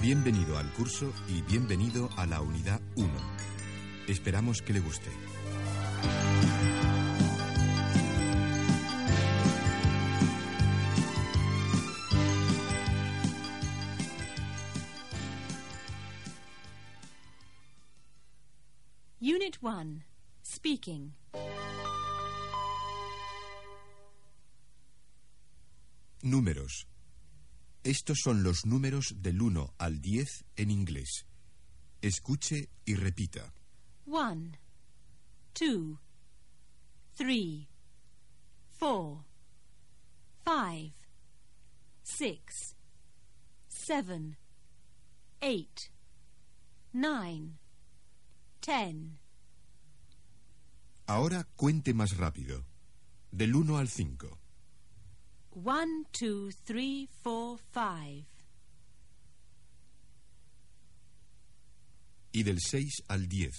Bienvenido al curso y bienvenido a la unidad 1. Esperamos que le guste. Unit 1 Speaking. Números. Estos son los números del 1 al 10 en inglés. Escuche y repita. 1, 2, 3, 4, 5, 6, 7, 8, 9, 10, Ahora cuente más rápido. Del 1 al 5. 1, 2, 3, 4, 5, Y del 6 al 10.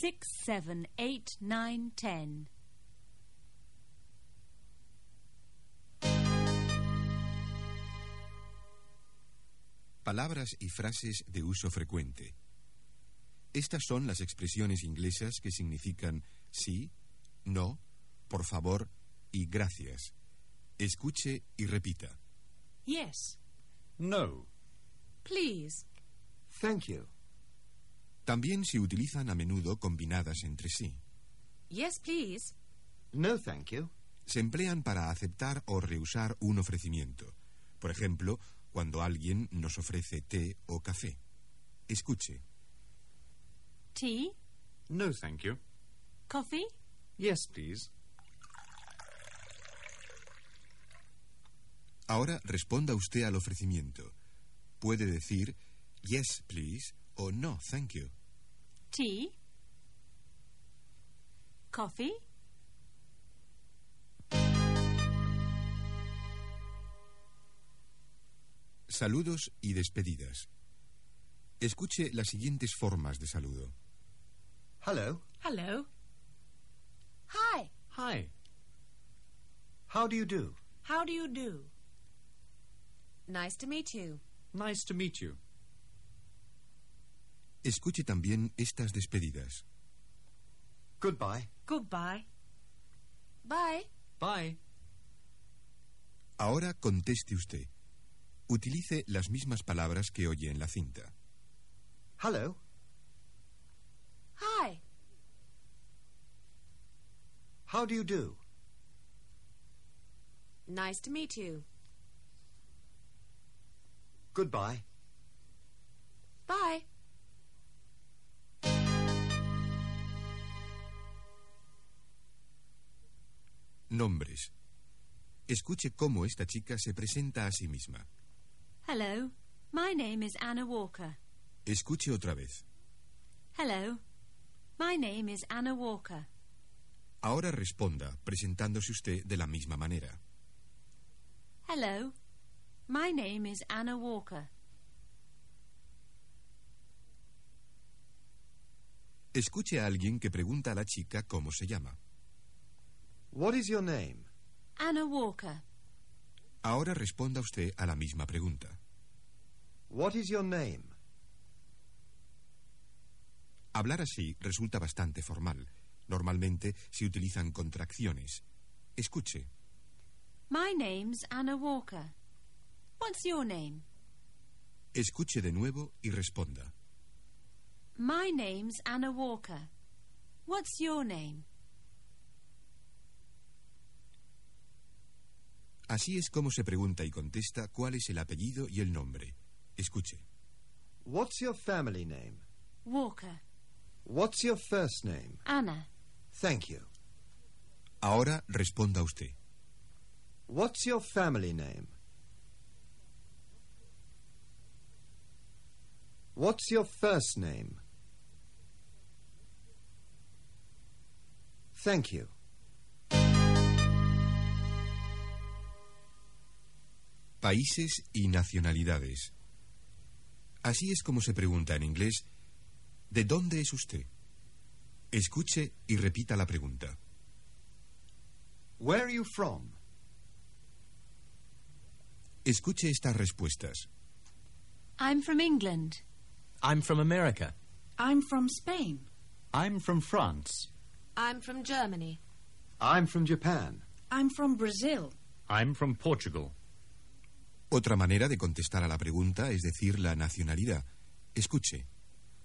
6, 7, 8, 9, 10. Palabras y frases de uso frecuente. Estas son las expresiones inglesas que significan sí, no, por favor y gracias. Escuche y repita. Yes, No. please. Thank you. También se utilizan a menudo combinadas entre sí. Yes, please. No, thank you. Se emplean para aceptar o rehusar un ofrecimiento. Por ejemplo, cuando alguien nos ofrece té o café. Escuche. Tea? No, thank you. Coffee? Yes, please. Ahora responda usted al ofrecimiento. Puede decir yes, please o no, thank you. Tea? Coffee? Saludos y despedidas. Escuche las siguientes formas de saludo. Hello. Hello. Hi. Hi. How do you do? How do you do? Nice to meet you. Nice to meet you. Escuche también estas despedidas. Goodbye. Goodbye. Bye. Bye. Ahora conteste usted. Utilice las mismas palabras que oye en la cinta. Hello. Hi. How do you do? Nice to meet you. Goodbye. Bye. Nombres. Escuche cómo esta chica se presenta a sí misma. Hello. My name is Anna Walker. Escuche otra vez. Hello. My name is Anna Walker. Ahora responda presentándose usted de la misma manera. Hello. My name is Anna Walker. Escuche a alguien que pregunta a la chica cómo se llama. What is your name? Anna Walker. Ahora responda usted a la misma pregunta. What is your name? Hablar así resulta bastante formal. Normalmente se utilizan contracciones. Escuche. My name's Anna Walker. What's your name? Escuche de nuevo y responda. My name's Anna Walker. What's your name? Así es como se pregunta y contesta cuál es el apellido y el nombre. Escuche. What's your family name? Walker. What's your first name? Anna. Thank you. Ahora responda usted. What's your family name? What's your first name? Thank you. Países y nacionalidades. Así es como se pregunta en inglés, ¿de dónde es usted? Escuche y repita la pregunta. Where are you from? Escuche estas respuestas. I'm from England. I'm from America. I'm from Spain. I'm from France. I'm from Germany. I'm from Japan. I'm from Brazil. I'm from Portugal. Otra manera de contestar a la pregunta es decir la nacionalidad. Escuche.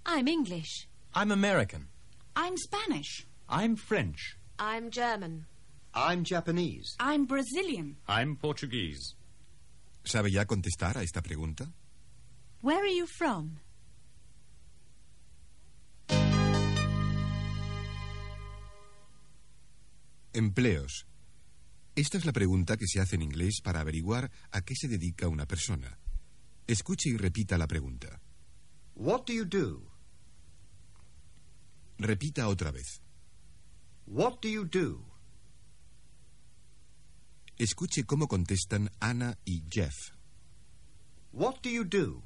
I'm English. I'm American. I'm Spanish. I'm French. I'm German. I'm Japanese. I'm Brazilian. I'm Portuguese. ¿Sabe ya contestar a esta pregunta? Where are you from? Empleos. Esta es la pregunta que se hace en inglés para averiguar a qué se dedica una persona. Escuche y repita la pregunta. What do you do? Repita otra vez. What do you do? Escuche cómo contestan Ana y Jeff. What do you do?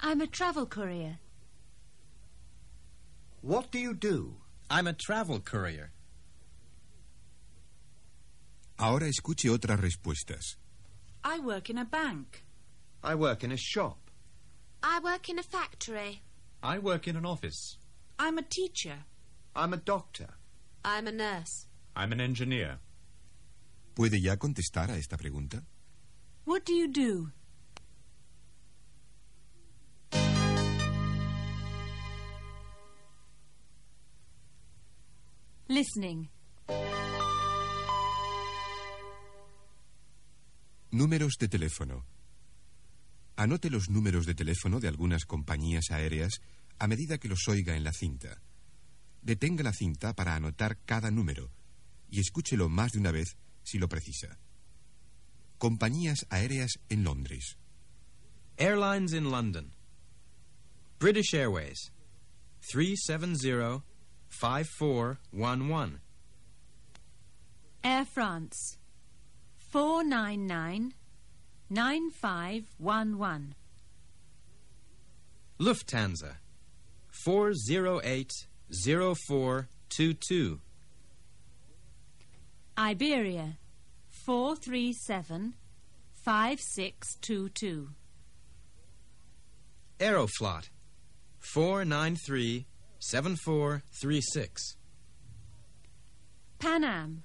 I'm a travel courier. What do you do? I'm a travel courier. Ahora escuche otras respuestas. I work in a bank. I work in a shop. I work in a factory. I work in an office. I'm a teacher. I'm a doctor. I'm a nurse. I'm an engineer. ¿Puede ya contestar a esta pregunta? What do you do? Listening. Números de teléfono. Anote los números de teléfono de algunas compañías aéreas a medida que los oiga en la cinta. Detenga la cinta para anotar cada número y escúchelo más de una vez si lo precisa. Compañías aéreas en Londres. Airlines in London. British Airways. 370-5411. Air France. 499 9511. Lufthansa. 408-0422. Iberia. 437 5622. Aeroflot. 493-7436. Pan Am.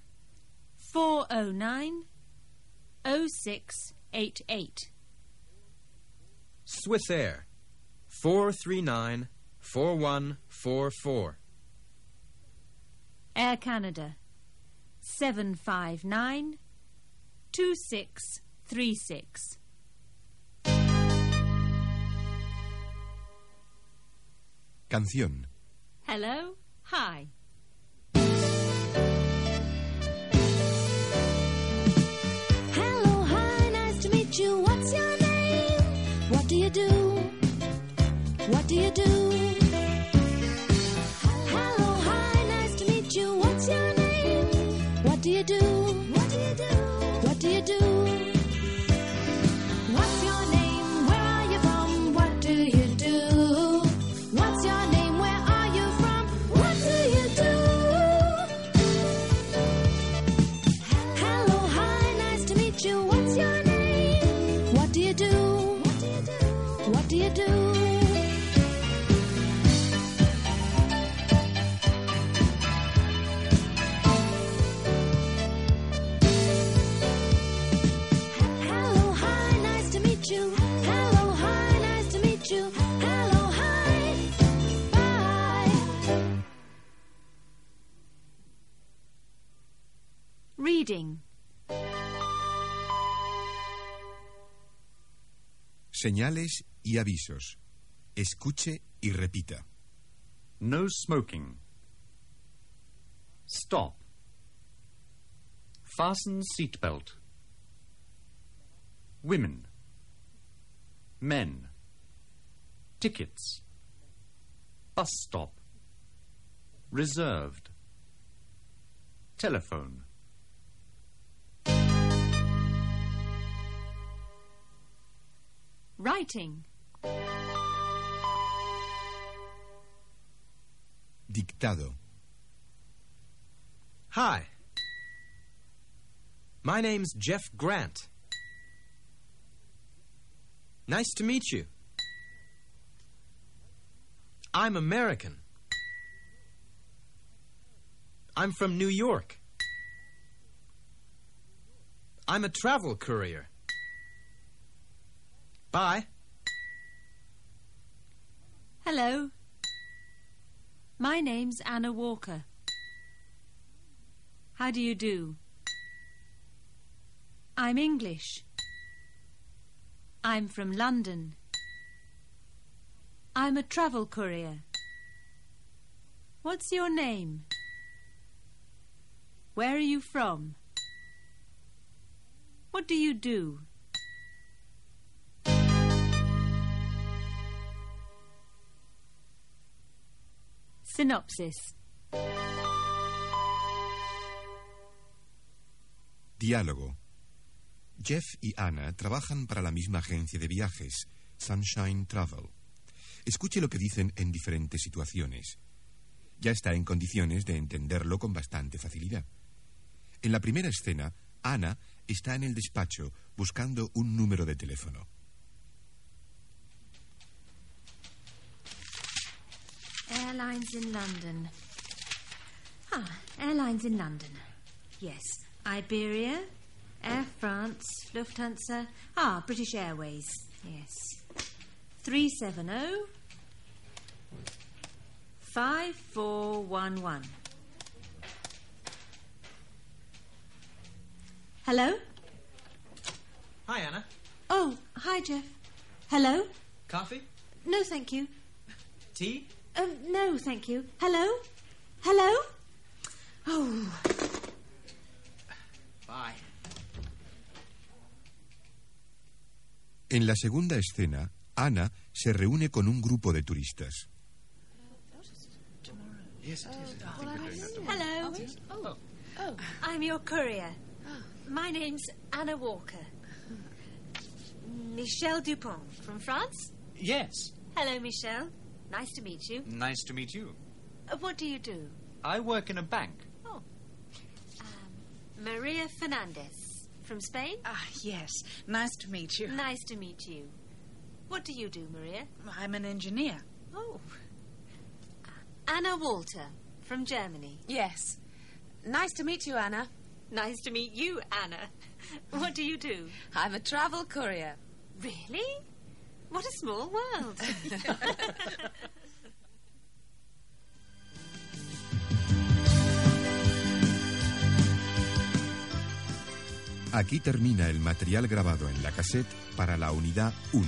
409 0688. Swiss Air. 439 4144. Air Canada. 759 2636. Canción. Hello, hi. Hello, hi, nice to meet you. What's your name? What do you do? What do you do? Hello, hi, nice to meet you. What's your name? What do you do? What do you do? What do you do? What's your name? Where are you from? What do you do? What's your name? Where are you from? What do you do? Hello, hi, nice to meet you. What's your name? What do you do? What do you do? What do you do? Hello, hi, nice to meet you. Hello, hi, nice to meet you. Hello, hi. Bye. Reading. Señales y avisos. Escuche y repita. No smoking. Stop. Fasten seatbelt. Women. Men. Tickets. Bus stop. Reserved. Telephone. Writing. Dictado. Hi. My name's Jeff Grant. Nice to meet you. I'm American. I'm from New York. I'm a travel courier. Bye. Hello. My name's Anna Walker. How do you do? I'm English. I'm from London. I'm a travel courier. What's your name? Where are you from? What do you do? Synopsis. Diálogo. Jeff y Anna trabajan para la misma agencia de viajes, Sunshine Travel. Escuche lo que dicen en diferentes situaciones. Ya está en condiciones de entenderlo con bastante facilidad. En la primera escena, Anna está en el despacho buscando un número de teléfono. Airlines in London. Ah, airlines in London. Yes, Iberia, Air France, Lufthansa. Ah, British Airways. Yes. 370 5411. Hello? Hi, Anna. Oh, hi, Jeff. Hello? Coffee? No, thank you. Tea? Um, no, thank you. Hello? Hello? Oh, Bye. En la segunda escena, Anna se reúne con un grupo de turistas. hello. Oh. I'm your courier. My name's Anna Walker. Michel Dupont from France. Yes. Hello, Michel. Nice to meet you. Nice to meet you. Uh, what do you do? I work in a bank. Maria Fernandez from Spain. Ah, yes. Nice to meet you. Nice to meet you. What do you do, Maria? I'm an engineer. Oh. Uh, Anna Walter from Germany. Yes. Nice to meet you, Anna. Nice to meet you, Anna. What do you do? I'm a travel courier. Really? What a small world. Aquí termina el material grabado en la cassette para la unidad 1.